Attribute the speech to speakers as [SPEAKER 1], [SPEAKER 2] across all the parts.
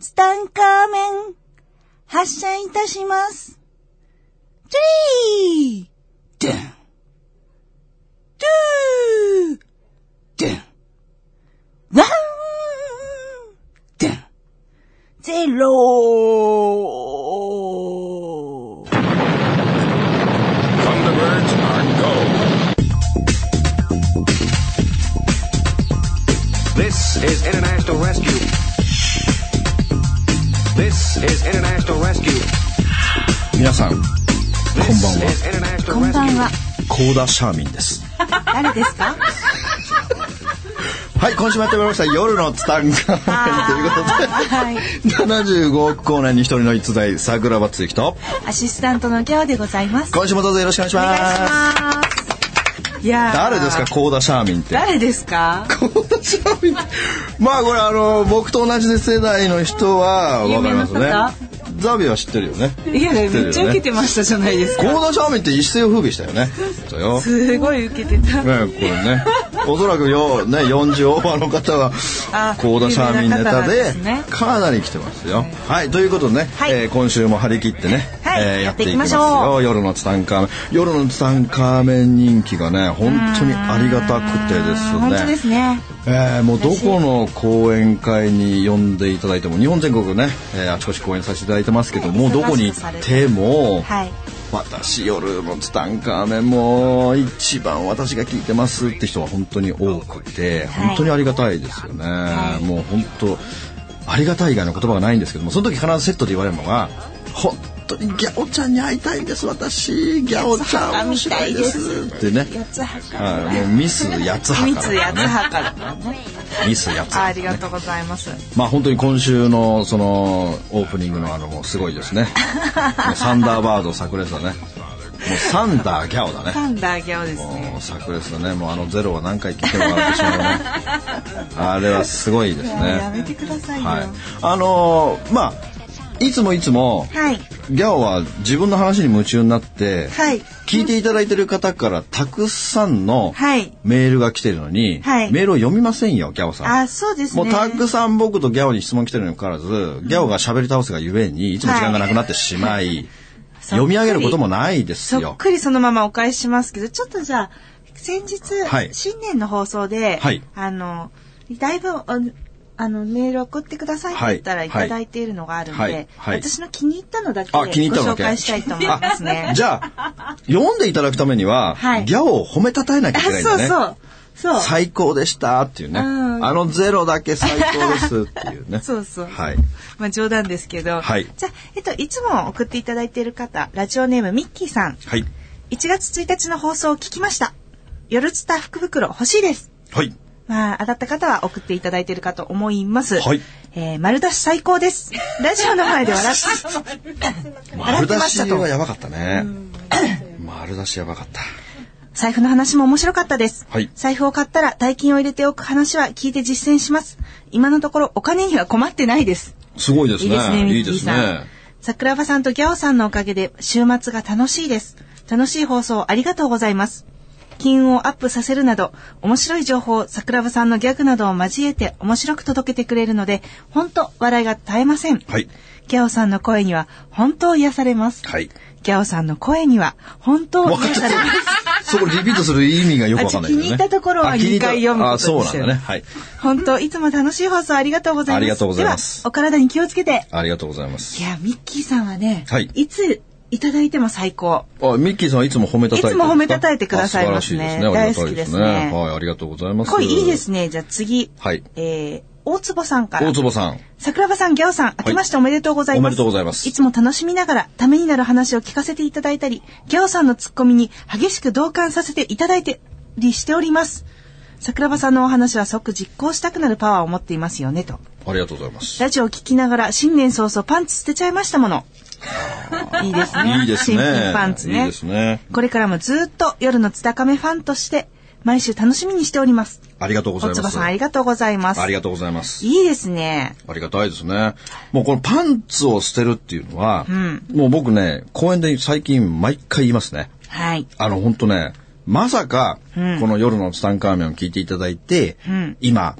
[SPEAKER 1] ツタンカーメン、発射いたします。トゥリードゥントゥードゥンワンドゥンゼロー
[SPEAKER 2] Thunderbirds are
[SPEAKER 3] This is International Rescue. This is International Rescue.
[SPEAKER 4] 皆さん、
[SPEAKER 3] This
[SPEAKER 4] こんばんは。
[SPEAKER 3] is International
[SPEAKER 1] こんば
[SPEAKER 3] Rescue.
[SPEAKER 1] んは。
[SPEAKER 4] コーダシャーミンです。
[SPEAKER 1] 誰ですか
[SPEAKER 4] はい、今週もやってまいりました。夜のツタンカーメンということで。
[SPEAKER 1] はい。
[SPEAKER 4] 75億光年に一人の逸材、桜庭つゆきと、
[SPEAKER 1] アシスタントのギャオでございます。
[SPEAKER 4] 今週もどうぞよろしくお願いし
[SPEAKER 1] お願
[SPEAKER 4] ま
[SPEAKER 1] いし
[SPEAKER 4] す。
[SPEAKER 1] ます。いやー
[SPEAKER 4] 誰ですか、コーダシャーミンって。
[SPEAKER 1] 誰ですか
[SPEAKER 4] コーダシャーミンって。まあこれあの、僕と同じ世代の人はわかります
[SPEAKER 1] 有名
[SPEAKER 4] ね
[SPEAKER 1] な。
[SPEAKER 4] ザビは知ってるよね。
[SPEAKER 1] いや、め
[SPEAKER 4] 知ってるよね
[SPEAKER 1] っちゃ受けてましたじゃないです
[SPEAKER 4] コ
[SPEAKER 1] か。
[SPEAKER 4] ーダシャーミンって一世を風靡したよね。そうよ。
[SPEAKER 1] すごい受けてた。
[SPEAKER 4] ね、これねおそらくよ、ね、40オーバーの方は
[SPEAKER 1] あ
[SPEAKER 4] 高田シャーミンネタ
[SPEAKER 1] 有名な方なん
[SPEAKER 4] で
[SPEAKER 1] ですね
[SPEAKER 4] かなり来てますよ。はいということでね、
[SPEAKER 1] はい
[SPEAKER 4] えー今週も張り切ってね、
[SPEAKER 1] はい
[SPEAKER 4] え
[SPEAKER 1] や
[SPEAKER 4] ーや
[SPEAKER 1] っ
[SPEAKER 4] ってて
[SPEAKER 1] い
[SPEAKER 4] い
[SPEAKER 1] き
[SPEAKER 4] き
[SPEAKER 1] ま
[SPEAKER 4] ま
[SPEAKER 1] し
[SPEAKER 4] し
[SPEAKER 1] ょう
[SPEAKER 4] ょう夜のツタンカーメン夜のツタンカーメン人気がね本当にありがたくてですね
[SPEAKER 1] 本当ですね。
[SPEAKER 4] えーもうどこの講演会に呼んでいただいても日本全国ね、えーあちこち講演させていただいてますけども、
[SPEAKER 1] はい
[SPEAKER 4] どこに行っても、
[SPEAKER 1] はい。
[SPEAKER 4] 私夜のツタンカーメンも一番私が聞いてますって人は本当に多くて
[SPEAKER 1] はい
[SPEAKER 4] 本当にありがたいですよね、
[SPEAKER 1] はい
[SPEAKER 4] もう本当ありがたい以外の言葉がないんですけどもその時必ずセットで言われるのが「本当にギャオちゃんに会いたいんです私ギャオちゃん面白いです」ってね
[SPEAKER 1] 八つ墓。
[SPEAKER 4] はいもうミス八つ
[SPEAKER 1] 三
[SPEAKER 4] 墓だ
[SPEAKER 1] つ
[SPEAKER 4] か
[SPEAKER 1] 八
[SPEAKER 4] ら
[SPEAKER 1] つ
[SPEAKER 4] ね
[SPEAKER 1] 墓だからね。
[SPEAKER 4] ミス八つ
[SPEAKER 1] あ
[SPEAKER 4] 墓
[SPEAKER 1] ありがとうございます。
[SPEAKER 4] まあ本当に今週のそのオープニングのあのもうすごいですねもうサンダーバード炸裂だねもうサンダーギャオだね
[SPEAKER 1] サンダーギャオですね。
[SPEAKER 4] もう炸裂だねもうあのゼロは何回聞いても笑ってしまうねあれはすごいです
[SPEAKER 1] いやや
[SPEAKER 4] ね
[SPEAKER 1] めてくださいよ。
[SPEAKER 4] はいあのーまあいつもいつも
[SPEAKER 1] はい。
[SPEAKER 4] ギャオは自分の話に夢中になって、
[SPEAKER 1] はい
[SPEAKER 4] 聞いていただいてる方からたくさんの
[SPEAKER 1] はい
[SPEAKER 4] メールが来てるのに、
[SPEAKER 1] はい
[SPEAKER 4] メールを読みませんよギャオさん
[SPEAKER 1] あ、そうですね。
[SPEAKER 4] もうたくさん僕とギャオに質問来てるにもかかわらず、ギャオが喋り倒すがゆえに、いつも時間がなくなってしまい、読み上げることもないです
[SPEAKER 1] そっ
[SPEAKER 4] よ。
[SPEAKER 1] くりそのままお返ししますけど、ちょっとじゃあ、先日、
[SPEAKER 4] はい
[SPEAKER 1] 新年の放送で、
[SPEAKER 4] はい
[SPEAKER 1] あの、だいぶ、ああの、メール送ってくださいって言ったら
[SPEAKER 4] はい
[SPEAKER 1] いただいているのがあるんで、
[SPEAKER 4] はいはい
[SPEAKER 1] 私の気に入ったのだけご
[SPEAKER 4] あ気に入ったのだ
[SPEAKER 1] 紹
[SPEAKER 4] け
[SPEAKER 1] 介したいと思いますね。
[SPEAKER 4] じゃあ、読んでいただくためには、
[SPEAKER 1] はい
[SPEAKER 4] ギャオを褒めたたえなきゃいけないんだ
[SPEAKER 1] そう
[SPEAKER 4] ね。
[SPEAKER 1] そう。そう。
[SPEAKER 4] 最高でしたっていうね。
[SPEAKER 1] うん。
[SPEAKER 4] あのゼロだけ最高ですっていう ね
[SPEAKER 1] そうそう
[SPEAKER 4] はい。
[SPEAKER 1] まあ冗談ですけど。
[SPEAKER 4] はい
[SPEAKER 1] じゃあ、えっと、いつも送っていただいている方、ラジオネームミッキーさん。
[SPEAKER 4] はい。
[SPEAKER 1] 1月1日の放送を聞きました。夜ツタ福袋欲しいです。
[SPEAKER 4] はい。
[SPEAKER 1] まあ、当たった方は送っていただいているかと思います。
[SPEAKER 4] はい
[SPEAKER 1] えー丸出し最高です。ラジオの前で 笑って、笑
[SPEAKER 4] 丸
[SPEAKER 1] って
[SPEAKER 4] 出
[SPEAKER 1] まし
[SPEAKER 4] した
[SPEAKER 1] と
[SPEAKER 4] は。やばかったね。丸出しやばかった。
[SPEAKER 1] 財布の話も面白かったです。
[SPEAKER 4] はい
[SPEAKER 1] 財布を買ったら大金を入れておく話は聞いて実践します。今のところお金には困ってないです。
[SPEAKER 4] すごいです
[SPEAKER 1] いいですね、
[SPEAKER 4] ね。
[SPEAKER 1] ミッキーさん。桜庭さんとギャオさんのおかげで週末が楽しいです。楽しい放送ありがとうございます。金運をアップさせるなど、面白い情報を桜庭さんのギャグなどを交えて面白く届けてくれるので、本当笑いが絶えません。
[SPEAKER 4] はい。
[SPEAKER 1] ギャオさんの声には本当癒されます。
[SPEAKER 4] はい。
[SPEAKER 1] ギャオさんの声には本当癒されます。
[SPEAKER 4] そこリピートする意味がよくわかんないけどね。
[SPEAKER 1] あ気に入ったところは
[SPEAKER 4] あ気に入った
[SPEAKER 1] 二回読むこと
[SPEAKER 4] あ、そうなん
[SPEAKER 1] にして
[SPEAKER 4] だ
[SPEAKER 1] る
[SPEAKER 4] ね。はい。
[SPEAKER 1] 本当、いつも楽しい放送ありがとうございます。
[SPEAKER 4] ありがとうございます
[SPEAKER 1] ではお体に気をつけて。
[SPEAKER 4] ありがとうございます
[SPEAKER 1] い。や、ミッキーさんはね、
[SPEAKER 4] はい
[SPEAKER 1] いついただいても最高。
[SPEAKER 4] あ、ミッキーさんはいつも褒めたたいてるんですか
[SPEAKER 1] いつも褒めたたいてくださいますね
[SPEAKER 4] あ素晴らしいですね。ありが
[SPEAKER 1] 大好きで
[SPEAKER 4] た
[SPEAKER 1] すね
[SPEAKER 4] いはい、ありがとうございます。
[SPEAKER 1] 恋いいですね。じゃあ次。
[SPEAKER 4] はい
[SPEAKER 1] えー、大坪さんから
[SPEAKER 4] 大。坪さん。
[SPEAKER 1] 桜庭さん、ギャオさん、明けましておめでとうございます。
[SPEAKER 4] おめでとうございます
[SPEAKER 1] いつも楽しみながら、ためになる話を聞かせていただいたり、ギャオさんのツッコミに激しく同感させていただいてりしております。桜庭さんのお話は即実行したくなるパワーを持っていますよね、と。
[SPEAKER 4] ありがとうございます。
[SPEAKER 1] ラジオを聞きながら、新年早々パンツ捨てちゃいましたもの。いいですね。
[SPEAKER 4] いいです
[SPEAKER 1] 新
[SPEAKER 4] ね。
[SPEAKER 1] 品パンツね。
[SPEAKER 4] いいですね。
[SPEAKER 1] これからもずっと夜のつたかめファンとして、毎週楽しみにしております。
[SPEAKER 4] ありがとうござ
[SPEAKER 1] お
[SPEAKER 4] います。
[SPEAKER 1] つばさんあり
[SPEAKER 4] が
[SPEAKER 1] がとうございます。
[SPEAKER 4] ありがとうございます。
[SPEAKER 1] いいですね。
[SPEAKER 4] ありがたいですね。もうこのパンツを捨てるっていうのは、
[SPEAKER 1] ん
[SPEAKER 4] もう僕ね、公園で最近毎回言いますね。
[SPEAKER 1] はい。
[SPEAKER 4] あの、本当ね、まさか、
[SPEAKER 1] うん
[SPEAKER 4] この夜のツタンカーメンを聞いていただいて、
[SPEAKER 1] うん
[SPEAKER 4] 今、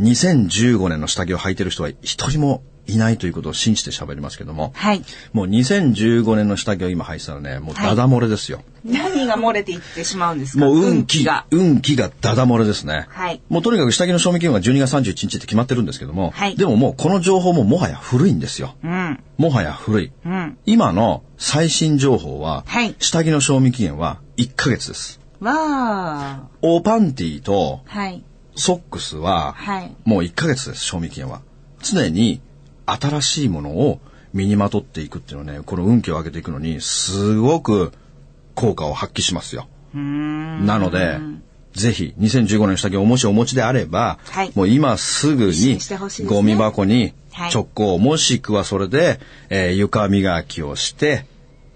[SPEAKER 4] 2015年の下着を履いてる人は一人もいないということを信じて喋りますけども、
[SPEAKER 1] はい。
[SPEAKER 4] もう2015年の下着を今履いてたらね、もうダダ漏れですよ。
[SPEAKER 1] 何が漏れていってしまうんですか
[SPEAKER 4] もう運
[SPEAKER 1] 運
[SPEAKER 4] 気
[SPEAKER 1] 気が。
[SPEAKER 4] 運気がダダ漏れですね。
[SPEAKER 1] はい
[SPEAKER 4] もうとにかく下着の賞味期限は12月31日って決まってるんですけども、
[SPEAKER 1] はい
[SPEAKER 4] でももうこの情報ももはや古いんですよ。
[SPEAKER 1] うん。
[SPEAKER 4] もはや古い。
[SPEAKER 1] うん。
[SPEAKER 4] 今の最新情報は、
[SPEAKER 1] はい
[SPEAKER 4] 下着の賞味期限は1ヶ月です。
[SPEAKER 1] わ
[SPEAKER 4] おパンティと
[SPEAKER 1] ー。はい。
[SPEAKER 4] ソックスは、
[SPEAKER 1] はい
[SPEAKER 4] もう1ヶ月です、賞味期限は。常に新しいものを身にまとっていくっていうのはね、この運気を上げていくのに、すごく効果を発揮しますよ。なので、ぜひ、2015年下着をもしお持ちであれば、
[SPEAKER 1] はい
[SPEAKER 4] もう今すぐ
[SPEAKER 1] 実
[SPEAKER 4] に
[SPEAKER 1] 践してほしいですね
[SPEAKER 4] ゴミ箱に
[SPEAKER 1] はい
[SPEAKER 4] 直行、もしくはそれで、えー床磨きをして、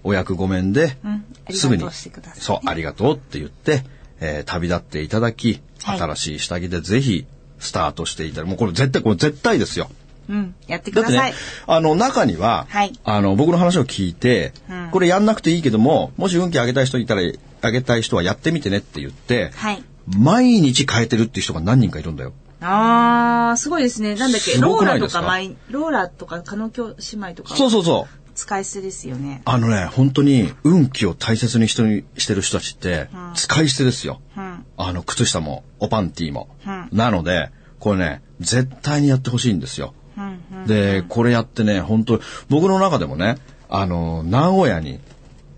[SPEAKER 4] お役御免で、
[SPEAKER 1] んありがとう
[SPEAKER 4] すぐに、
[SPEAKER 1] してくださいね
[SPEAKER 4] そう、ありがとうって言って、えー旅立っていただき、
[SPEAKER 1] はい
[SPEAKER 4] 新しい下着でぜひスタートしていただき、もうこれ絶対、これ絶対ですよ。
[SPEAKER 1] うん。やってく
[SPEAKER 4] だっ
[SPEAKER 1] だ
[SPEAKER 4] て
[SPEAKER 1] さ
[SPEAKER 4] ね
[SPEAKER 1] い。、
[SPEAKER 4] あの中には、
[SPEAKER 1] はい
[SPEAKER 4] あの僕の話を聞いて、
[SPEAKER 1] うん
[SPEAKER 4] これやんなくていいけども、もし運気上げたい人いたら、上げたい人はやってみてねって言って、
[SPEAKER 1] はい。
[SPEAKER 4] 毎日変えてるっていう人が何人かいるんだよ。
[SPEAKER 1] あー、すごいですね。なんだっけ、
[SPEAKER 4] すご
[SPEAKER 1] ロー
[SPEAKER 4] くな
[SPEAKER 1] ラ
[SPEAKER 4] いで
[SPEAKER 1] と
[SPEAKER 4] すか
[SPEAKER 1] か前、ローラとか、カノキョ姉妹とか、
[SPEAKER 4] そうそうそう。
[SPEAKER 1] 使い捨てですよね。
[SPEAKER 4] あのね、本当に運気を大切に人にしてる人たちって、使い捨てですよ。
[SPEAKER 1] うん。
[SPEAKER 4] あの、靴下も、おパンティも。
[SPEAKER 1] うん
[SPEAKER 4] なので、これね、絶対にやってほしいんですよ。
[SPEAKER 1] うん。うん。
[SPEAKER 4] で、これやってね、本当僕の中でもね、あの、名古屋に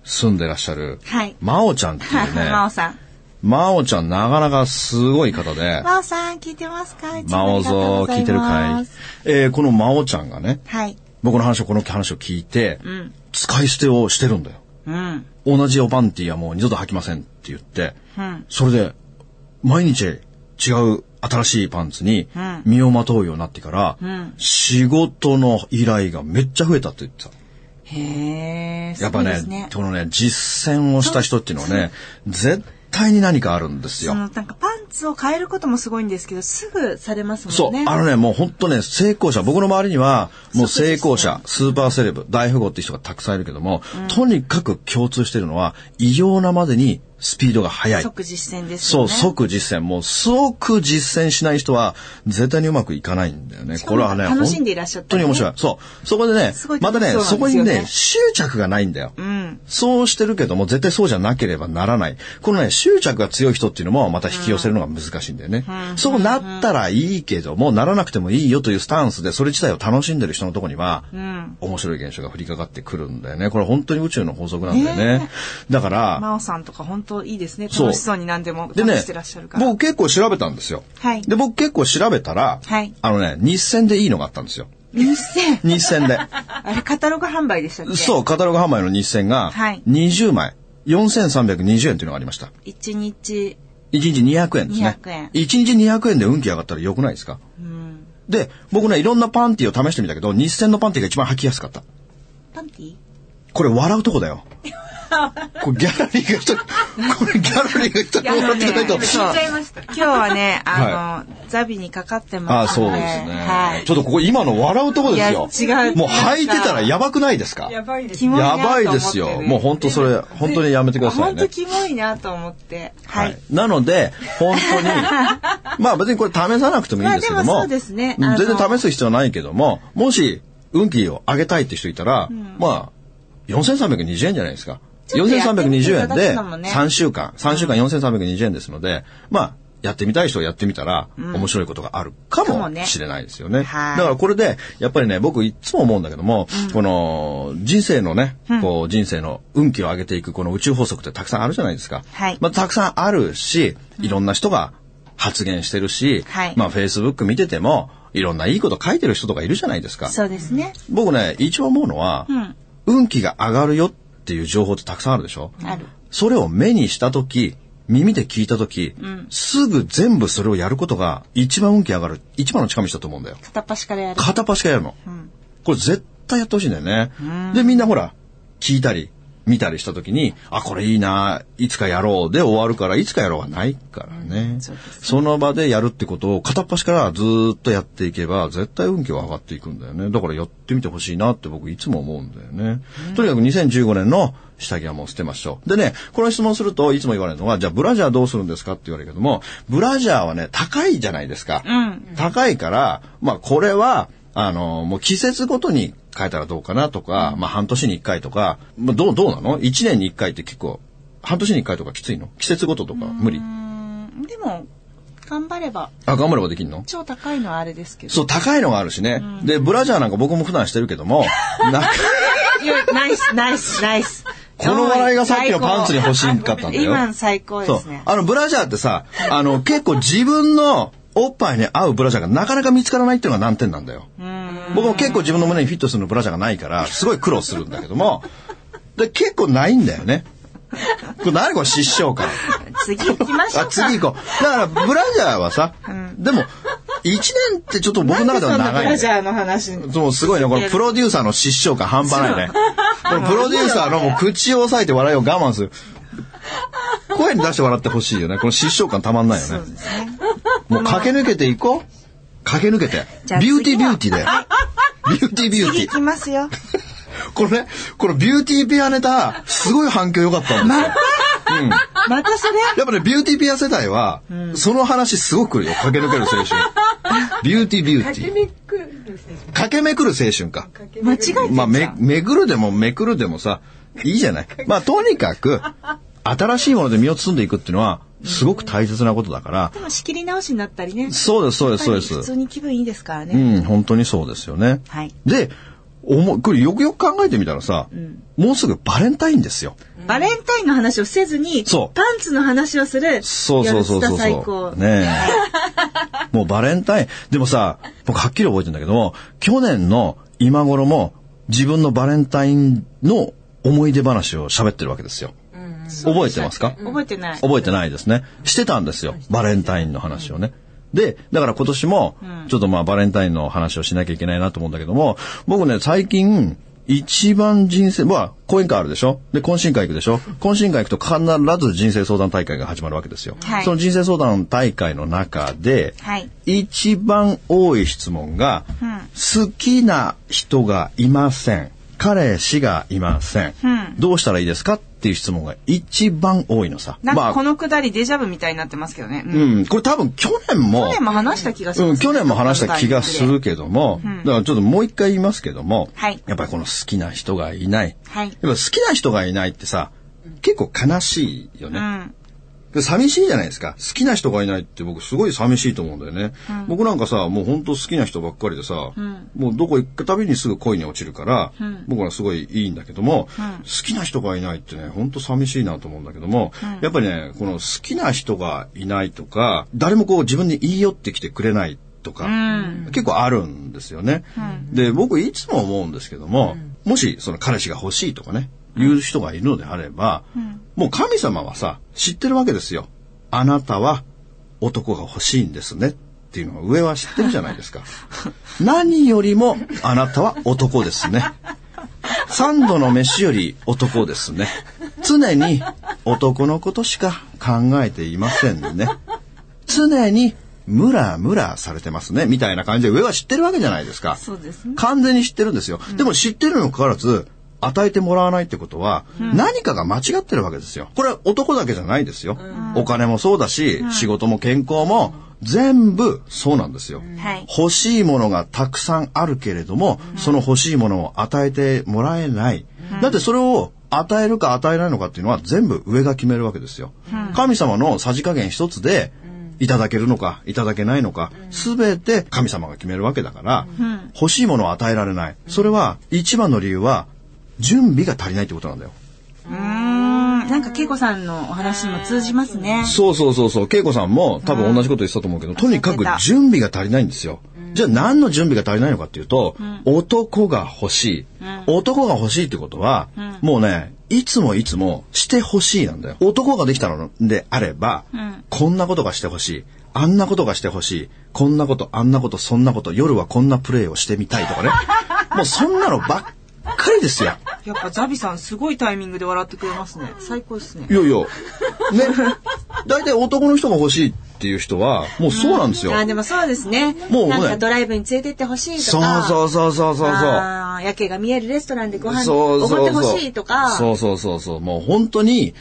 [SPEAKER 4] 住んでらっしゃる、
[SPEAKER 1] はい
[SPEAKER 4] 真央ちゃんっていうね、
[SPEAKER 1] 真央さん。
[SPEAKER 4] 真央ちゃんなかなかすごい方で、
[SPEAKER 1] 真央さん、聞いてますかいつ
[SPEAKER 4] 真
[SPEAKER 1] もあ
[SPEAKER 4] 央
[SPEAKER 1] りがとう
[SPEAKER 4] ぞ
[SPEAKER 1] ござ
[SPEAKER 4] 聞い
[SPEAKER 1] い
[SPEAKER 4] てるか
[SPEAKER 1] ま
[SPEAKER 4] い
[SPEAKER 1] す。
[SPEAKER 4] えーこの真央ちゃんがね、
[SPEAKER 1] はい。
[SPEAKER 4] 僕の話を、この話を聞いて、
[SPEAKER 1] ん
[SPEAKER 4] 使い捨てをしてるんだよ。
[SPEAKER 1] うん。
[SPEAKER 4] 同じおパンティはもう二度と履きませんって言って、
[SPEAKER 1] うん。
[SPEAKER 4] それで、毎日違う新しいパンツに
[SPEAKER 1] うん
[SPEAKER 4] 身をまとうようになってから、
[SPEAKER 1] ん
[SPEAKER 4] 仕事の依頼がめっちゃ増えたって言ってた。
[SPEAKER 1] へー。
[SPEAKER 4] やっぱ
[SPEAKER 1] すごいで
[SPEAKER 4] ね
[SPEAKER 1] すね
[SPEAKER 4] このね、実践をした人っていうのはね、絶対に何かあるんです
[SPEAKER 1] そ
[SPEAKER 4] よ。
[SPEAKER 1] のなんかパンツを変えることもすごいんですけど、すぐされます
[SPEAKER 4] そ
[SPEAKER 1] も
[SPEAKER 4] う、
[SPEAKER 1] んね。
[SPEAKER 4] あのね、もう本当ね、成功者、僕の周りには、もう
[SPEAKER 1] そう
[SPEAKER 4] 成
[SPEAKER 1] ですね
[SPEAKER 4] 功者、スーパーセレブ、大富豪って人がたくさんいるけども、とにかく共通してるのは、異様なまでにスピードが速い。
[SPEAKER 1] 即実践です
[SPEAKER 4] そ
[SPEAKER 1] よ
[SPEAKER 4] う、
[SPEAKER 1] ね。
[SPEAKER 4] 即実践。もう、即実践しない人は、絶対にうまくいかないんだよね。
[SPEAKER 1] しか
[SPEAKER 4] こ
[SPEAKER 1] も
[SPEAKER 4] れはね、
[SPEAKER 1] 楽しんでいらっしゃった
[SPEAKER 4] 本当
[SPEAKER 1] りね
[SPEAKER 4] に面白い。そう。そこでね
[SPEAKER 1] すごい、
[SPEAKER 4] またね、
[SPEAKER 1] 楽しそ
[SPEAKER 4] そう
[SPEAKER 1] な
[SPEAKER 4] こ
[SPEAKER 1] んです
[SPEAKER 4] に
[SPEAKER 1] よね
[SPEAKER 4] ね、執着がないんだよ。
[SPEAKER 1] うん。
[SPEAKER 4] そうしてるけども、絶対そうじゃなければならない。このね、執着が強い人っていうのも、また引き寄せるのが難しいんだよね。そうなったらいいけども、ならなくてもいいよというスタンスで、それ自体を楽しんでる人のとこには、
[SPEAKER 1] うん。
[SPEAKER 4] 面白い現象が降りかかってくるんだよね。これ本当に宇宙の法則なんだよね。だから、
[SPEAKER 1] 真央さんとか本当いいですね。
[SPEAKER 4] そう
[SPEAKER 1] 楽しそうに何でも
[SPEAKER 4] で
[SPEAKER 1] 楽
[SPEAKER 4] ね
[SPEAKER 1] してらっしゃる、から。
[SPEAKER 4] 僕結構調べたんですよ。
[SPEAKER 1] はい
[SPEAKER 4] で、僕結構調べたら、
[SPEAKER 1] はい
[SPEAKER 4] あのね、日銭でいいのがあったんですよ。
[SPEAKER 1] 日銭。
[SPEAKER 4] 日 銭で。
[SPEAKER 1] あれ、カタログ販売でしたっけ
[SPEAKER 4] そう、カタログ販売の日銭が
[SPEAKER 1] はい、
[SPEAKER 4] 20枚、4320円というのがありました。
[SPEAKER 1] 一日、
[SPEAKER 4] 1日200円ですね。
[SPEAKER 1] 200円
[SPEAKER 4] 1日200円で運気上がったら良くないですか
[SPEAKER 1] うん。
[SPEAKER 4] で、僕ね、いろんなパンティを試してみたけど、日銭のパンティが一番履きやすかった。
[SPEAKER 1] パンティ
[SPEAKER 4] これ笑うとこ だよ。これギャラリーが一人、これギャラリーが一人笑ってないと。
[SPEAKER 1] 今日は ね、あの、ザビにかかって
[SPEAKER 4] ああ、
[SPEAKER 1] ます
[SPEAKER 4] そ
[SPEAKER 1] の
[SPEAKER 4] う
[SPEAKER 1] で。
[SPEAKER 4] ですね。
[SPEAKER 1] はい
[SPEAKER 4] ちょ。っとここ今の笑うとこです
[SPEAKER 1] い
[SPEAKER 4] よ。
[SPEAKER 1] や違う
[SPEAKER 4] もう履いてたらやばくないですかやば
[SPEAKER 5] ばいです。
[SPEAKER 1] キモいなと思ってね
[SPEAKER 4] いですよ。もう本当それ、本当にやめてください
[SPEAKER 1] 本当
[SPEAKER 4] ね。
[SPEAKER 1] キモいなと思って。
[SPEAKER 4] は
[SPEAKER 1] はいい。。
[SPEAKER 4] なので、本当に、 まあ別にこれ試さなくてもいいんですけども、
[SPEAKER 1] まあでもそうですねあの
[SPEAKER 4] 全然試す必要はないけども、もし運気を上げたいって人いたら、まあ、4320円じゃないですか。
[SPEAKER 1] ちょっとやってみてい
[SPEAKER 4] 4320
[SPEAKER 1] ただ
[SPEAKER 4] 円
[SPEAKER 1] く
[SPEAKER 4] で
[SPEAKER 1] のもね
[SPEAKER 4] 3週間、3週間4320円ですので、まあ、やってみたい人はやってみたら、面白いことがあるか
[SPEAKER 1] か
[SPEAKER 4] も
[SPEAKER 1] もね
[SPEAKER 4] しれないですよね。だ
[SPEAKER 1] はい
[SPEAKER 4] からこれで、やっぱりね、僕いつも思うんだけども、この人生のね、こう人生の運気を上げていくこの宇宙法則ってたくさんあるじゃないですか。
[SPEAKER 1] はい
[SPEAKER 4] まあ、たくさんあるし、いろんな人が発言してるし、
[SPEAKER 1] はい
[SPEAKER 4] まあ、Facebook 見てても、いろんないいこと書いてる人とかいるじゃないですか。
[SPEAKER 1] そうですね。
[SPEAKER 4] 僕ね、一応思うのは、
[SPEAKER 1] うん
[SPEAKER 4] 運気が上がるよっていう情報ってたくさんあるでしょ
[SPEAKER 1] ある。
[SPEAKER 4] それを目にしたとき、耳で聞いたとき、すぐ全部それをやることが一番運気上がる、一番の近道だと思うんだよ。
[SPEAKER 1] 片っ端からやる。
[SPEAKER 4] 片っ端からやるの。これ絶対やってほしいんだよね。で、みんなほら、聞いたり、見たりしたときに、あ、これいいな、いつかやろうで終わるから、いつかやろうはないからね。
[SPEAKER 1] そうですね
[SPEAKER 4] その場でやるってことを片っ端からずーっとやっていけば、絶対運気は上がっていくんだよね。だからやってみてほしいなって僕いつも思うんだよね。とにかく2015年の下着はもう捨てましょう。でね、この質問するといつも言われるのは、じゃあブラジャーどうするんですかって言われるけども、ブラジャーはね、高いじゃないですか。
[SPEAKER 1] ん
[SPEAKER 4] 高いから、まあこれは、あの、もう季節ごとに変えたらどうかなとか、まあ半年に一回とか、まあどう、どうなの一年に一回って結構、半年に一回とかきついの季節ごととか無理
[SPEAKER 1] うんでも、頑張れば、
[SPEAKER 4] あ、頑張ればできんの
[SPEAKER 1] 超高いのはあれですけど。
[SPEAKER 4] そう、高いのがあるしね。で、ブラジャーなんか僕も普段してるけど も、なんか
[SPEAKER 1] いやナイス、ナイス、ナイス。
[SPEAKER 4] この笑いがさっきのパンツに欲しかったんだよ
[SPEAKER 1] 今の最高で
[SPEAKER 4] そう
[SPEAKER 1] すね。
[SPEAKER 4] あの、ブラジャーってさ、あの、結構自分のおっぱいに合うブラジャーがなかなか見つからないっていうのが難点なんだよ。僕も結構自分の胸にフィットするブラジャーがないから、すごい苦労するんだけども、で、結構ないんだよね。これ何これ失笑感。
[SPEAKER 1] 次行きましょう
[SPEAKER 4] あ、
[SPEAKER 1] か。
[SPEAKER 4] 次行こう。だから、ブラジャーはさ、でも、1年ってちょっと僕の中では
[SPEAKER 1] なんでそんな
[SPEAKER 4] 長
[SPEAKER 1] ブ
[SPEAKER 4] いん
[SPEAKER 1] ラ
[SPEAKER 4] だ
[SPEAKER 1] ジ
[SPEAKER 4] よ。
[SPEAKER 1] ャーの話に。
[SPEAKER 4] そう、すごいね。これ、プロデューサーの失笑感半端ないね。これプロデューサーのもう口を押さえて笑いを我慢する。声に出して笑ってほしいよね。この失笑感たまんないよね。もう駆け抜けていこう。駆け抜けて
[SPEAKER 1] じゃ。あ
[SPEAKER 4] ビューティービ
[SPEAKER 1] 次
[SPEAKER 4] ュ
[SPEAKER 1] は
[SPEAKER 4] ーティーで。ビューティービュー
[SPEAKER 1] 次
[SPEAKER 4] ティ
[SPEAKER 1] 行きますよ。
[SPEAKER 4] ー。これね、このビューティーペアネタ、すごい反響良かったんですよ。
[SPEAKER 1] またそれ
[SPEAKER 4] やっぱね、ビューティーペア世代は、その話すごく来るよ。駆け抜ける 青春。ビューティービューティー。駆けめくる青春か。
[SPEAKER 1] 間違えてんじ
[SPEAKER 4] ま
[SPEAKER 1] ゃ
[SPEAKER 4] あ、
[SPEAKER 1] ん。
[SPEAKER 4] め、めぐるでもめくるでもさ、いいじゃ ない。まあ、とにかく、新しいもので身を包んでいくっていうのは、すごく大切なことだから、
[SPEAKER 1] でも仕切り直しになったりね。
[SPEAKER 4] そうです、そうです、そうで
[SPEAKER 1] やっぱり普
[SPEAKER 4] す。
[SPEAKER 1] 通に気分いいですから
[SPEAKER 4] う
[SPEAKER 1] ね。
[SPEAKER 4] ん、本当にそうですよね。
[SPEAKER 1] はい
[SPEAKER 4] で、おも、これよくよく考えてみたらさ、もうすぐバレンタインですよ。
[SPEAKER 1] バレンタインの話をせずに、
[SPEAKER 4] そう
[SPEAKER 1] パンツの話をする。
[SPEAKER 4] そうそうそうそう
[SPEAKER 1] やるツタ最
[SPEAKER 4] そ
[SPEAKER 1] 高。
[SPEAKER 4] う。ねえ。 もうバレンタイン。でもさ、僕はっきり覚えてんだけども、去年の今頃も自分のバレンタインの思い出話を喋ってるわけですよ。覚えてますか
[SPEAKER 1] 覚えてない。
[SPEAKER 4] 覚えてないですね。してたんですよ。バレンタインの話をね。で、だから今年も、ちょっとまあバレンタインの話をしなきゃいけないなと思うんだけども、僕ね、最近、一番人生、まあ、講演会あるでしょで、懇親会行くでしょ懇親会行くと必ず人生相談大会が始まるわけですよ。
[SPEAKER 1] はい
[SPEAKER 4] その人生相談大会の中で、
[SPEAKER 1] はい
[SPEAKER 4] 一番多い質問が、好きな人がいません。彼氏がいません。どうしたらいいですかっていう質問が一番多いのさ。
[SPEAKER 5] なん
[SPEAKER 4] まあ
[SPEAKER 5] かこのくだりデジャブみたいになってますけどね。うん
[SPEAKER 4] うん、これ多分去年も、
[SPEAKER 5] 去年も話した気がし
[SPEAKER 4] う
[SPEAKER 5] ま
[SPEAKER 4] ん、
[SPEAKER 5] す。
[SPEAKER 4] 去年も話した気がするけども、だからちょっともう一回言いますけども、
[SPEAKER 1] はい
[SPEAKER 4] やっぱりこの好きな人がいない。
[SPEAKER 1] はい
[SPEAKER 4] やっぱ好きな人がいないってさ、結構悲しいよね。
[SPEAKER 1] ん
[SPEAKER 4] で寂しいじゃないですか。好きな人がいないって僕すごい寂しいと思うんだよね。僕なんかさ、もう本当好きな人ばっかりでさ、もうどこ行くたびにすぐ恋に落ちるから、僕はすごいいいんだけども、好きな人がいないってね、本当寂しいなと思うんだけども、やっぱりね、この好きな人がいないとか、誰もこう自分に言い寄ってきてくれないとか、結構あるんですよね。で、僕いつも思うんですけども、もしその彼氏が欲しいとかね、いう人がいるのであれば、もう神様はさ、知ってるわけですよ。あなたは男が欲しいんですね。っていうのが上は知ってるじゃないですか。何よりもあなたは男ですね。三度の飯より男ですね。常に男のことしか考えていませんね。常にムラムラされてますね。みたいな感じで上は知ってるわけじゃないですか。
[SPEAKER 1] そうですね。
[SPEAKER 4] 完全に知ってるんですよ。でも知ってるにもかかわらず、与えてもらわないってことは、何かが間違ってるわけですよ。これは男だけじゃないですよ。お金もそうだし、仕事も健康も、全部そうなんですよ。
[SPEAKER 1] はい。
[SPEAKER 4] 欲しいものがたくさんあるけれども、その欲しいものを与えてもらえない。だってそれを与えるか与えないのかっていうのは全部上が決めるわけですよ。神様のさじ加減一つで、いただけるのか、いただけないのか、すべて神様が決めるわけだから、欲しいものを与えられない。それは、一番の理由は、準備が足りないってことなんだよ。
[SPEAKER 1] うんなんか、けいこさんのお話にも通じますね。
[SPEAKER 4] そうそうそうそう。恵子さんも多分同じこと言ってたと思うけど、とにかく準備が足りないんですよ。じゃあ何の準備が足りないのかっていうと、男が欲しい、男が欲しいってことは、もうね、いつもいつもして欲しいなんだよ。男ができたのであれば、こんなことがしてほしい。あんなことがしてほしい。こんなこと、あんなこと、そんなこと、夜はこんなプレイをしてみたい とかね。もうそんなのばっかりですよ。
[SPEAKER 5] やっぱザビさんすごいタイミングで笑ってくれますね。最高ですね。
[SPEAKER 4] いやいや。ね。大体男の人が欲しいっていう人は、もうそうなんですよ。
[SPEAKER 1] あ、でもそうですね。
[SPEAKER 4] もう
[SPEAKER 1] なん
[SPEAKER 4] ね
[SPEAKER 1] かドライブに連れてってほしいと
[SPEAKER 4] そう
[SPEAKER 1] か。
[SPEAKER 4] そうそうそうそうそう。
[SPEAKER 1] あー夜景が見えるレストランでご飯
[SPEAKER 4] そう
[SPEAKER 1] お
[SPEAKER 4] そ
[SPEAKER 1] ご
[SPEAKER 4] うそ
[SPEAKER 1] っ
[SPEAKER 4] う。
[SPEAKER 1] てほしいとか。
[SPEAKER 4] そうそうそうそう。もう本当に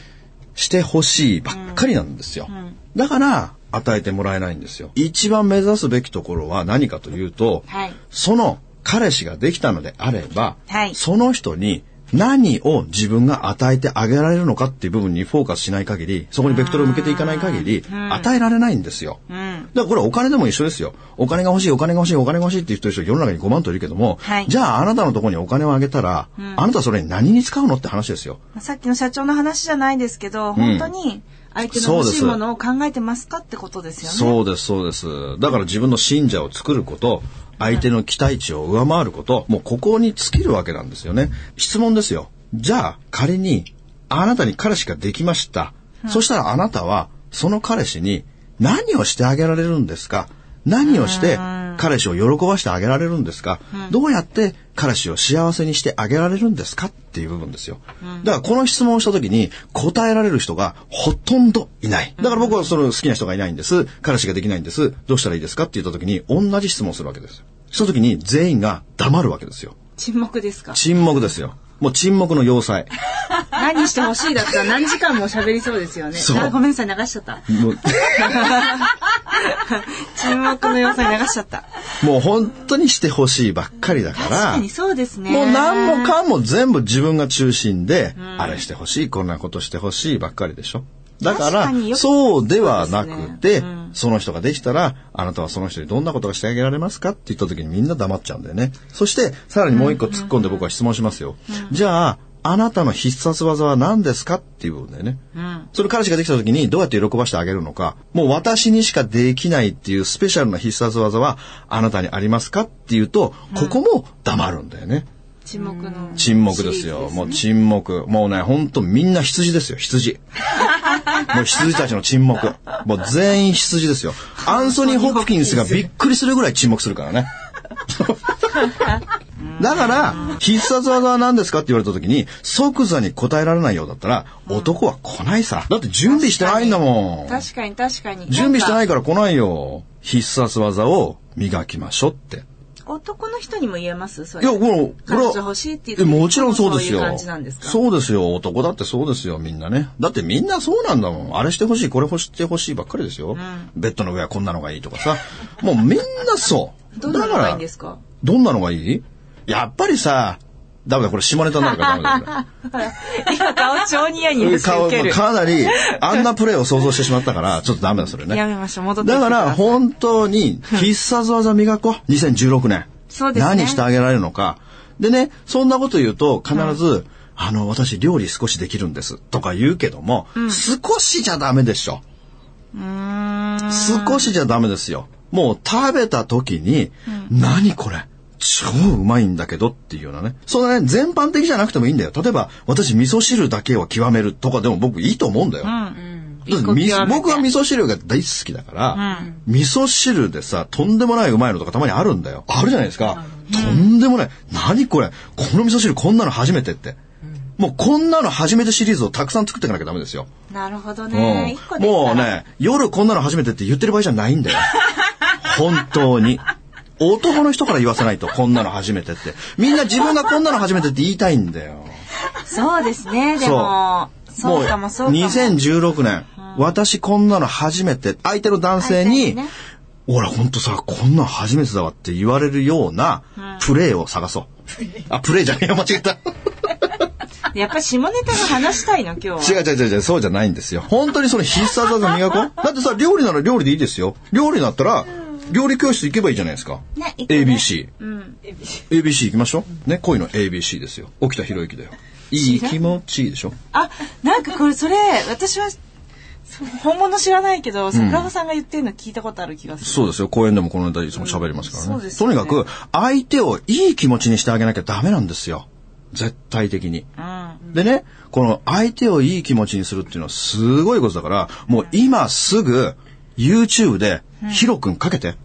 [SPEAKER 4] してほしいばっかりなんですよ。だから、与えてもらえないんですよ。一番目指すべきところは何かというと、
[SPEAKER 5] はい
[SPEAKER 4] その彼氏ができたのであれば、
[SPEAKER 5] はい
[SPEAKER 4] その人に何を自分が与えてあげられるのかっていう部分にフォーカスしない限り、そこにベクトルを向けていかない限り、与えられないんですよ。だからこれはお金でも一緒ですよ。お金が欲しい、お金が欲しい、お金が欲しいって言ってる人世の中に5万といるけども、
[SPEAKER 5] はい
[SPEAKER 4] じゃああなたのところにお金をあげたら、あなたそれに何に使うのって話ですよ。
[SPEAKER 5] さっきの社長の話じゃないですけど、本当に相手の欲しいものを考えてますかってことですよね。
[SPEAKER 4] そうです、そうです。だから自分の信者を作ること、相手の期待値を上回ること、もうここに尽きるわけなんですよね。質問ですよ。じゃあ、仮に、あなたに彼氏ができました。そしたらあなたは、その彼氏に何をしてあげられるんですか何をして彼氏を喜ばしてあげられるんですか、どうやって彼氏を幸せにしてあげられるんですかっていう部分ですよ。だからこの質問をした時に答えられる人がほとんどいない。だから僕はその好きな人がいないんです。彼氏ができないんです。どうしたらいいですかって言った時に同じ質問をするわけですよ。した時に全員が黙るわけですよ。
[SPEAKER 5] 沈黙ですか
[SPEAKER 4] 沈黙ですよ。もう沈黙の要塞。
[SPEAKER 5] 何してほしいだったら何時間も喋りそうですよね。
[SPEAKER 4] そう
[SPEAKER 5] あごめんなさい、流しちゃった。
[SPEAKER 4] もう
[SPEAKER 5] 沈黙の要塞流しちゃった。
[SPEAKER 4] もう本当にしてほしいばっかりだから。
[SPEAKER 5] 確かにそうですね。
[SPEAKER 4] もう何もかも全部自分が中心で、あれしてほしい、こんなことしてほしいばっかりでしょ。だか
[SPEAKER 5] 確かによ
[SPEAKER 4] ら、
[SPEAKER 5] く
[SPEAKER 4] そうではなく
[SPEAKER 5] そうで
[SPEAKER 4] て、そ,、の人ができたら、あなたはその人にどんなことがしてあげられますかって言った時にみんな黙っちゃうんだよね。そして、さらにもう一個突っ込んで僕は質問しますよ。じゃあ、あなたの必殺技は何ですかっていう部分だよね。それ彼氏ができた時にどうやって喜ばしてあげるのか、もう私にしかできないっていうスペシャルな必殺技はあなたにありますかっていうと、ここも黙るんだよね。
[SPEAKER 5] 沈黙の。
[SPEAKER 4] 沈黙ですよ。もう沈黙。もうね、ほんとみんな羊です よ、羊。もう羊たちの沈黙。もう全員羊ですよ。アンソニー・ホプキンスがびっくりするぐらい沈黙す るからね。だから、必殺技は何ですかって言われた時に、即座に答えられないようだったら、男は来ないさ。だって準備してないんだもん。
[SPEAKER 5] 確かに確かに。。
[SPEAKER 4] 準備してないいから来ないよ。必殺技を磨きましょうって。
[SPEAKER 5] 男の人にも言えますそ
[SPEAKER 4] い
[SPEAKER 5] れ
[SPEAKER 4] や、この、こ
[SPEAKER 5] 彼
[SPEAKER 4] れ
[SPEAKER 5] 女
[SPEAKER 4] は
[SPEAKER 5] 欲しいっていう
[SPEAKER 4] え
[SPEAKER 5] 時
[SPEAKER 4] もちろんそうですよ。
[SPEAKER 5] そういう感じなんですか
[SPEAKER 4] そうですよ。男だってそうですよ、みんなね。だってみんなそうなんだもん。あれしてほしい、これ欲してほしいばっかりですよ、ベッドの上はこんなのがいいとかさ。もうみんなそ う。
[SPEAKER 5] どんなの
[SPEAKER 4] だ
[SPEAKER 5] が
[SPEAKER 4] ら
[SPEAKER 5] いいんですか
[SPEAKER 4] どんなのがいいやっぱりさ、ダメだ、これ下ネタになるからダメだこれ。
[SPEAKER 5] 今顔超ニヤニヤして
[SPEAKER 4] 顔
[SPEAKER 5] 受ける。
[SPEAKER 4] かなり、あんなプレーを想像してしまったから、ちょっとダメだ、それね。
[SPEAKER 5] やめましょう戻ってきて
[SPEAKER 4] だ
[SPEAKER 5] くだ
[SPEAKER 4] か
[SPEAKER 5] さい
[SPEAKER 4] ら、本当に、必殺技磨こう。2016年。
[SPEAKER 5] そうですね
[SPEAKER 4] 何してあげられるのか。でね、そんなこと言うと、必ず、あの、私、料理少しできるんです。とか言うけども、少しじゃダメでしょ。少しじゃダメですよ。もう食べた時に、何これ超うまいんだけどっていうようなね。そんなね、全般的じゃなくてもいいんだよ。例えば、私味噌汁だけを極めるとかでも僕いいと思うんだよ。だってみ僕は味噌汁が大好きだから、味噌汁でさ、とんでもないうまいのとかたまにあるんだよ。あるじゃないですか。とんでもない。何これこの味噌汁こんなの初めてって。もうこんなの初めてシリーズをたくさん作っていかなきゃダメですよ。
[SPEAKER 5] なるほど
[SPEAKER 4] うん
[SPEAKER 5] ね。一個できたら
[SPEAKER 4] もう。ね、夜こんなの初めてって言ってる場合じゃないん だよ。本当に。男の人から言わせないと、こんなの初めてって。みんな自分がこんなの初めてって言いたいんだよ。
[SPEAKER 5] そうですね、でも。そうかもそうかも。
[SPEAKER 4] 2016年、私こんなの初めて、相手の男性
[SPEAKER 5] 相手
[SPEAKER 4] に、
[SPEAKER 5] にね
[SPEAKER 4] 俺ほんとさ、こんなの初めてだわって言われるような、プレイを探そう。あ、プレイじゃねえよ、間違 えた。
[SPEAKER 5] やっぱ下ネタが話したいの、今日は。
[SPEAKER 4] 違う違う違う違う、そうじゃないんですよ。本当にその必殺技 磨こう。だってさ、料理なら料理でいいですよ。料理だったら、料理教室行けばいいじゃないですか。
[SPEAKER 5] ね行くね
[SPEAKER 4] ABC。ABC 行きましょう。ね、恋の ABC ですよ。沖田博之だよ。いい気持ちいいでしょ。
[SPEAKER 5] あ、なんかこれ、それ、私は、そう本物知らないけど、桜庭さんが言ってるの聞いたことある気がする。
[SPEAKER 4] そうですよ。公演でもこのネタいつも喋りますからね。
[SPEAKER 5] うんそうです
[SPEAKER 4] と
[SPEAKER 5] よ
[SPEAKER 4] に
[SPEAKER 5] ね
[SPEAKER 4] かく、相手をいい気持ちにしてあげなきゃダメなんですよ。絶対的に。でね、この相手をいい気持ちにするっていうのはすごいことだから、もう今すぐ YouTube でヒロ君かけて。
[SPEAKER 5] さ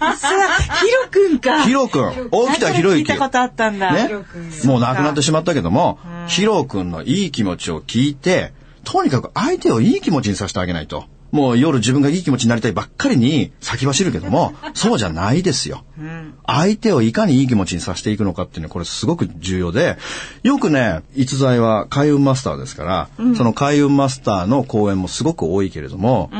[SPEAKER 5] あ、ヒロくんか。
[SPEAKER 4] ヒロ君、起きたヒロ
[SPEAKER 5] 聞
[SPEAKER 4] ユ
[SPEAKER 5] い
[SPEAKER 4] キ。
[SPEAKER 5] たことあったんだ。
[SPEAKER 4] ね、もう亡くなってしまったけども、ヒロ君のいい気持ちを聞いて、とにかく相手をいい気持ちにさせてあげないと。もう夜自分がいい気持ちになりたいばっかりに先走るけ ども、そうじゃないですよ。相手をいかにいい気持ちにさせていくのかっていうのはこれすごく重要で、よくね、逸材は開運マスターですから、その開運マスターの講演もすごく多いけれども、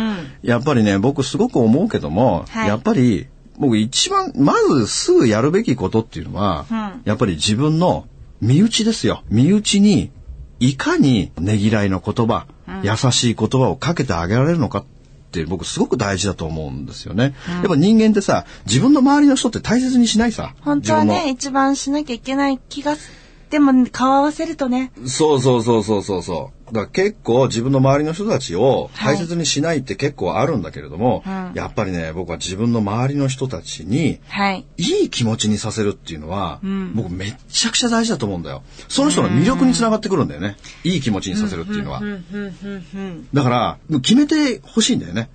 [SPEAKER 4] やっぱりね、僕すごく思うけども、
[SPEAKER 5] はい
[SPEAKER 4] やっぱり僕一番、まずすぐやるべきことっていうのは、
[SPEAKER 5] うん
[SPEAKER 4] やっぱり自分の身内ですよ。身内にいかにねぎらいの言葉、優しい言葉をかけてあげられるのかって僕すごく大事だと思うんですよね。やっぱ人間ってさ、自分の周りの人って大切にしないさ。
[SPEAKER 5] 本当はね、一番しなきゃいけない気がす、でも顔合わせるとね、
[SPEAKER 4] 自分の。そうそうそうそうそうそう。だから結構自分の周りの人たちを大切にしないって結構あるんだけれども、
[SPEAKER 5] はいうん
[SPEAKER 4] やっぱりね、僕は自分の周りの人たちに、
[SPEAKER 5] はい。
[SPEAKER 4] いい気持ちにさせるっていうのは、
[SPEAKER 5] ん
[SPEAKER 4] 僕めっちゃくちゃ大事だと思うんだよ。その人の魅力につながってくるんだよね。いい気持ちにさせるっていうのは。だから、もう決めてほしいんだよね。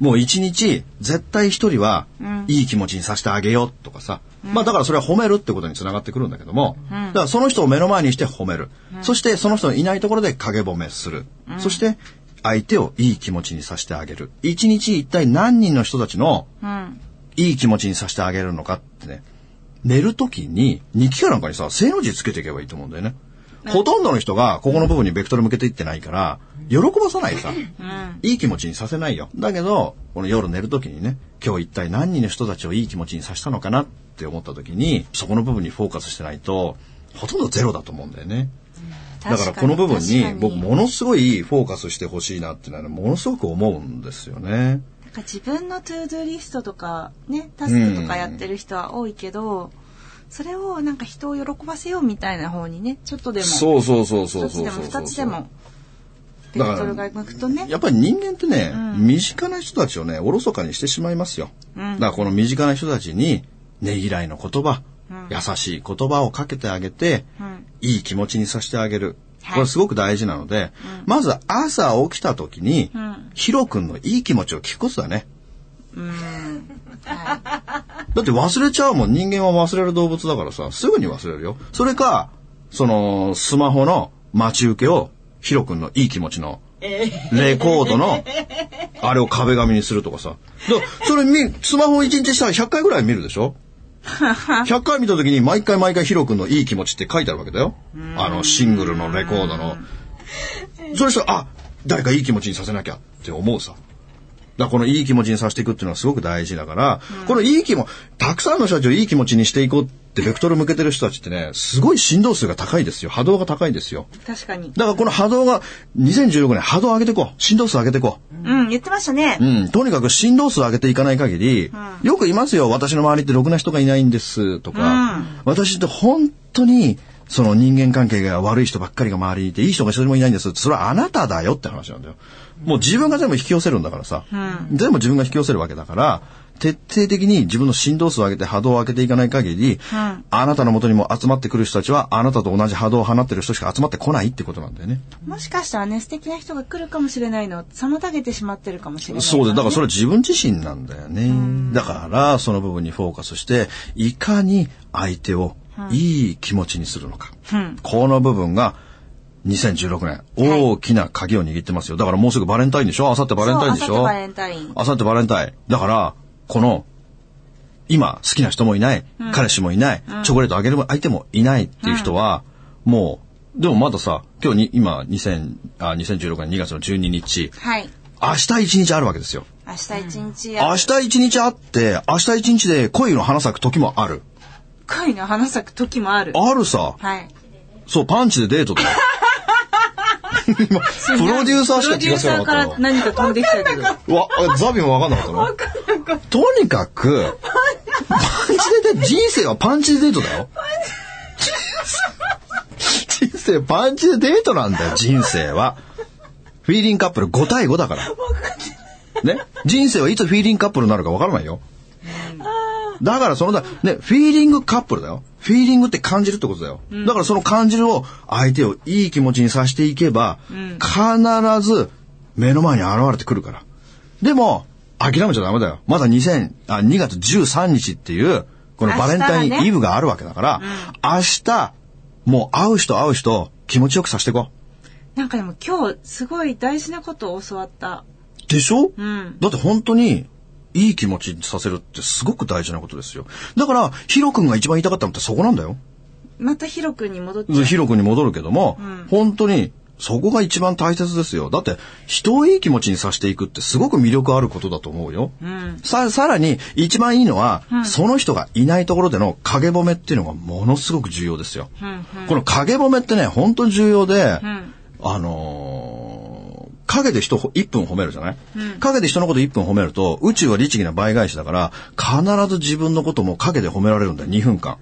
[SPEAKER 4] もう一日、絶対一人は、いい気持ちにさせてあげようとかさ。まあだからそれは褒めるってことにつながってくるんだけども、だからその人を目の前にして褒める。そしてその人のいないところで影褒めする。そして、相手をいい気持ちにさせてあげる。一日一体何人の人たちの
[SPEAKER 5] うん。
[SPEAKER 4] いい気持ちにさせてあげるのかってね。寝るときに、日記かなんかにさ、正の字つけていけばいいと思うんだよね。ほとんどの人が、ここの部分にベクトル向けていってないから、喜ばさないさ。いい気持ちにさせないよ。だけど、この夜寝るときにね、今日一体何人の人たちをいい気持ちにさせたのかなって思ったときに、そこの部分にフォーカスしてないと、ほとんどゼロだと思うんだよね。だからこの部分に、僕ものすごいフォーカスしてほしいなっていうのはね、ものすごく思うんですよね。
[SPEAKER 5] なんか自分のトゥードゥリストとかねタスクとかやってる人は多いけど、それをなんか人を喜ばせようみたいな方にねちょっとでも
[SPEAKER 4] そうそうそうそう
[SPEAKER 5] 一
[SPEAKER 4] そ
[SPEAKER 5] つ
[SPEAKER 4] う
[SPEAKER 5] で
[SPEAKER 4] そ
[SPEAKER 5] も
[SPEAKER 4] う。
[SPEAKER 5] 二つでもベ
[SPEAKER 4] だから
[SPEAKER 5] クトルが向くとね
[SPEAKER 4] やっぱり人間ってね、身近な人たちをね、おろそかにしてしまいますよ。だからこの身近な人たちに、ねぎらいの言葉、優しい言葉をかけてあげて、
[SPEAKER 5] ん
[SPEAKER 4] いい気持ちにさせてあげる。
[SPEAKER 5] はい
[SPEAKER 4] これすごく大事なので、まず朝起きた時に、
[SPEAKER 5] ん
[SPEAKER 4] ヒロ君のいい気持ちを聞くことだね。
[SPEAKER 5] は
[SPEAKER 4] だって忘れちゃうもん。人間は忘れる動物だからさ、すぐに忘れるよ。それか、その、スマホの待ち受けを、ヒロ君のいい気持ちの、レコードの、あれを壁紙にするとかさ。だそれ見、スマホ1日したら100回ぐらい見るでしょ100回見た時に毎回毎回ヒロ君のいい気持ちって書いてあるわけだよ。あのシングルのレコードの。それしたら、あ、誰かいい気持ちにさせなきゃって思うさ。だからこのいい気持ちにさせていくっていうのはすごく大事だから、このいい気も、たくさんの人たちをいい気持ちにしていこうってベクトル向けてる人たちってね、すごい振動数が高いですよ。波動が高いですよ。
[SPEAKER 5] い確かに
[SPEAKER 4] だからこの波動が、2016年波動上げていこう。振動数上げていこう。
[SPEAKER 5] うん言ってましたね
[SPEAKER 4] うん、とにかく振動数を上げていかない限り、よくいますよ、私の周りってろくな人がいないんですとか、私って本当に、その人間関係が悪い人ばっかりが周りにいて、いい人が一人もいないんですってそれはあなただよって話なんだよ。もう自分が全部引き寄せるんだからさ、全部自分が引き寄せるわけだから、徹底的に自分の振動数を上げて波動を上げていかない限り、あなたの元にも集まってくる人たちは、あなたと同じ波動を放ってる人しか集まってこないってことなんだよね。
[SPEAKER 5] もしかしたらね素敵な人が来るかもしれないのを妨げてしまってるかもしれない
[SPEAKER 4] そうで、だからそ
[SPEAKER 5] れ
[SPEAKER 4] れは自分自身なんだよね。だから、その部分にフォーカスして、いかに相手をいい気持ちにするのか。
[SPEAKER 5] うん
[SPEAKER 4] この部分が、2016年、大きな鍵を握ってますよ。だからもうすぐバレンタインでしょあさってバレンタインでし
[SPEAKER 5] そう
[SPEAKER 4] ょ
[SPEAKER 5] 明後日バレンタイン
[SPEAKER 4] あさってバレンタイン。だから、この、今、好きな人もいない、彼氏もいない、チョコレートあげる相手もいないっていう人は、もう、でもまださ、今日に、今、2000あ2016年2月の12日、
[SPEAKER 5] はい
[SPEAKER 4] 明日一日あるわけですよ。
[SPEAKER 5] 明日一日や
[SPEAKER 4] 明
[SPEAKER 5] る
[SPEAKER 4] 日一日あって、明日一日で恋の花咲く時もある。
[SPEAKER 5] 恋の花咲く時もある
[SPEAKER 4] あるさ。
[SPEAKER 5] はい
[SPEAKER 4] そう、パンチでデートだ よ。今プロデューサーしか気がつか
[SPEAKER 5] プロ
[SPEAKER 4] なか
[SPEAKER 5] デ
[SPEAKER 4] っ
[SPEAKER 5] ューサーか
[SPEAKER 4] た
[SPEAKER 5] ら何か飛んできたけど
[SPEAKER 4] な。わ、あザビも分かんなかったのとにかく、パンチでデート、人生はパンチでデートだよ。人生パンチでデートなんだよ、人生は。フィーリングカップル5対5だから。ね。人生はいつフィーリングカップルになるかわからないよ。だからそのだ、ね、フィーリングカップルだよ。フィーリングって感じるってことだよ。だからその感じるを相手をいい気持ちにさせていけば、必ず目の前に現れてくるから。でも、諦めちゃダメだよ。まだ2000、あ、2月13日っていう、このバレンタ
[SPEAKER 5] 明
[SPEAKER 4] イ
[SPEAKER 5] 日は
[SPEAKER 4] ン
[SPEAKER 5] ね
[SPEAKER 4] イブがあるわけだから、明日、もう会う人会う人気持ちよくさせていこう。
[SPEAKER 5] なんかでも今日すごい大事なことを教わった。
[SPEAKER 4] でしょ、
[SPEAKER 5] ん
[SPEAKER 4] だって本当に、いい気持ちにさせるってすごく大事なことですよ。だから、ヒロ君が一番言いたかったのってそこなんだよ。
[SPEAKER 5] またヒロ君に戻っちゃう。
[SPEAKER 4] ヒロ君に戻るけども、本当に、そこが一番大切ですよ。だって、人をいい気持ちにさせていくってすごく魅力あることだと思うよ。
[SPEAKER 5] うん。
[SPEAKER 4] さ、さらに、一番いいのは、その人がいないところでの影褒めっていうのがものすごく重要ですよ。
[SPEAKER 5] うん。
[SPEAKER 4] この影褒めってね、本当に重要で、
[SPEAKER 5] ん
[SPEAKER 4] あのー影で人を1分褒めるじゃない、影で人のこと1分褒めると、宇宙は律儀な倍返しだから、必ず自分のことも影で褒められるんだよ、2分間。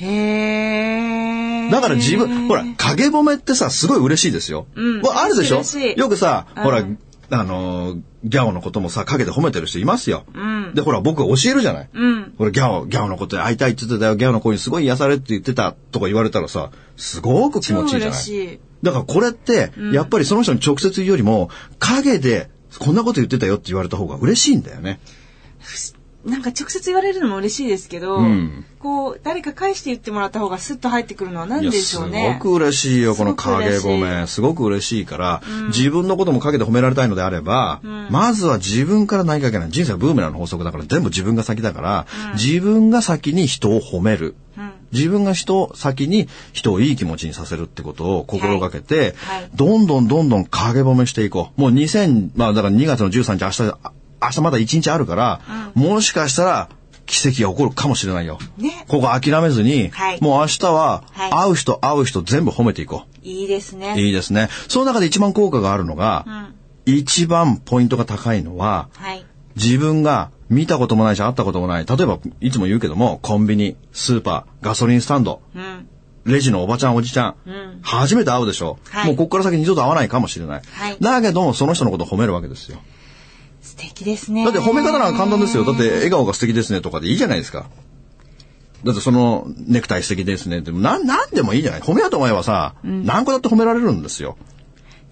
[SPEAKER 5] へー。
[SPEAKER 4] だから自分、ほら、影褒めってさ、すごい嬉しいですよ。
[SPEAKER 5] うん
[SPEAKER 4] わあるでしょ
[SPEAKER 5] 嬉しい
[SPEAKER 4] よくさ、
[SPEAKER 5] うん
[SPEAKER 4] ほら、あのー、ギャオのこともさ、影で褒めてる人いますよ。
[SPEAKER 5] ん
[SPEAKER 4] で、ほら、僕が教えるじゃない。
[SPEAKER 5] うん。
[SPEAKER 4] ほら、ギャオ、ギャオのことで会いたいって言ってたよ、ギャオの声にすごい癒されるって言ってたとか言われたらさ、すごく気
[SPEAKER 5] 超
[SPEAKER 4] 持ちいいじゃ
[SPEAKER 5] 嬉
[SPEAKER 4] ない
[SPEAKER 5] しい。
[SPEAKER 4] だからこれって、やっぱりその人に直接言うよりも、影で、こんなこと言ってたよって言われた方が嬉しいんだよね。
[SPEAKER 5] なんか直接言われるのも嬉しいですけど、
[SPEAKER 4] ん
[SPEAKER 5] こう、誰か返して言ってもらった方がスッと入ってくるのは何
[SPEAKER 4] いや、
[SPEAKER 5] ですしょうね。
[SPEAKER 4] ごく嬉しいよ、この影
[SPEAKER 5] すごく
[SPEAKER 4] 褒
[SPEAKER 5] 嬉
[SPEAKER 4] め。すごく嬉しいから、自分のことも影で褒められたいのであれば、まずは自分から何かけない。人生はブーメランの法則だから、全部自分が先だから、自分が先に人を褒める。
[SPEAKER 5] うん
[SPEAKER 4] 自分が人を先に人をいい気持ちにさせるってことを心がけて、
[SPEAKER 5] はいはい
[SPEAKER 4] どんどんどんどん影褒めしていこう。もう2000、まあだから2月の13日明日、あ明日まだ1日あるから、もしかしたら奇跡が起こるかもしれないよ。
[SPEAKER 5] ね
[SPEAKER 4] ここ諦めずに、
[SPEAKER 5] はい
[SPEAKER 4] もう明日は
[SPEAKER 5] はい
[SPEAKER 4] 会う人会う人全部褒めていこ
[SPEAKER 5] いいです
[SPEAKER 4] う。
[SPEAKER 5] ね。
[SPEAKER 4] いいですね。その中で一番効果があるの
[SPEAKER 5] う
[SPEAKER 4] が、
[SPEAKER 5] ん。
[SPEAKER 4] 一番ポイントが高いのは、
[SPEAKER 5] はい。
[SPEAKER 4] 自分が見たこともないし会ったこともない。例えば、いつも言うけども、コンビニ、スーパー、ガソリンスタンド、
[SPEAKER 5] うん。
[SPEAKER 4] レジのおばちゃんおじちゃん、
[SPEAKER 5] ん
[SPEAKER 4] 初めて会うでしょ、
[SPEAKER 5] はい
[SPEAKER 4] もうここから先二度と会わないかもしれない、
[SPEAKER 5] はい
[SPEAKER 4] だけどもその人のことを褒めるわけですよ
[SPEAKER 5] 素敵ですね。
[SPEAKER 4] だって褒め方なんか簡単ですよだって笑顔が素敵ですねとかでいいじゃないですかだってそのネクタイ素敵ですねでもなんなんでもいいじゃない褒めようと思えばさ、何個だって褒められるんですよ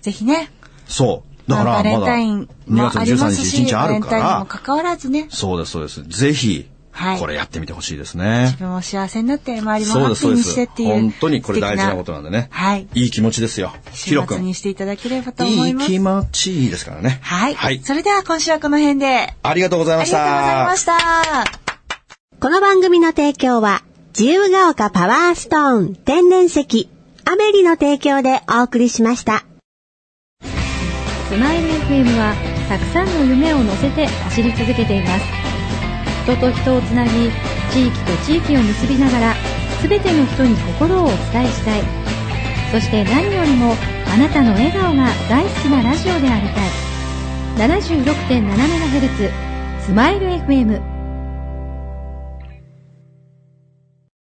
[SPEAKER 5] ぜひね。
[SPEAKER 4] そうだから
[SPEAKER 5] まあバレ
[SPEAKER 4] ま
[SPEAKER 5] ン
[SPEAKER 4] だ
[SPEAKER 5] タイン
[SPEAKER 4] 2
[SPEAKER 5] も
[SPEAKER 4] 月
[SPEAKER 5] ありま
[SPEAKER 4] 13
[SPEAKER 5] す
[SPEAKER 4] 日
[SPEAKER 5] し、
[SPEAKER 4] 1日あ
[SPEAKER 5] バレ
[SPEAKER 4] る
[SPEAKER 5] ン
[SPEAKER 4] か
[SPEAKER 5] タインにも
[SPEAKER 4] ら
[SPEAKER 5] かかわらずね、
[SPEAKER 4] そうですそうですぜひ、
[SPEAKER 5] はい
[SPEAKER 4] これやってみてほしいですね
[SPEAKER 5] 自分を幸せになって、周りも
[SPEAKER 4] そ
[SPEAKER 5] ハ
[SPEAKER 4] うで
[SPEAKER 5] ッピ
[SPEAKER 4] すそ
[SPEAKER 5] ー
[SPEAKER 4] うで
[SPEAKER 5] にして
[SPEAKER 4] す
[SPEAKER 5] っていう。
[SPEAKER 4] 本当にこれ
[SPEAKER 5] 素
[SPEAKER 4] 大
[SPEAKER 5] 敵
[SPEAKER 4] 事なことなんでね
[SPEAKER 5] はい。
[SPEAKER 4] いい気持ちですよヒ
[SPEAKER 5] 週
[SPEAKER 4] ロ
[SPEAKER 5] 末
[SPEAKER 4] 君
[SPEAKER 5] にしていただければと思
[SPEAKER 4] い
[SPEAKER 5] い
[SPEAKER 4] い
[SPEAKER 5] ます。
[SPEAKER 4] 気持ちいいですからね。
[SPEAKER 5] はい。
[SPEAKER 4] はい。
[SPEAKER 5] それでは今週はこの辺で。
[SPEAKER 4] ありがとうござい
[SPEAKER 5] あ
[SPEAKER 4] ま
[SPEAKER 5] り
[SPEAKER 4] した。
[SPEAKER 5] がとうございました。
[SPEAKER 6] この番組の提供は、自由が丘パワーストーン天然石、アメリの提供でお送りしました。
[SPEAKER 7] スマイル FM はたくさんの夢を乗せて走り続けています人と人をつなぎ地域と地域を結びながら全ての人に心をお伝えしたいそして何よりもあなたの笑顔が大好きなラジオでありたい 76.7MHz スマイル FM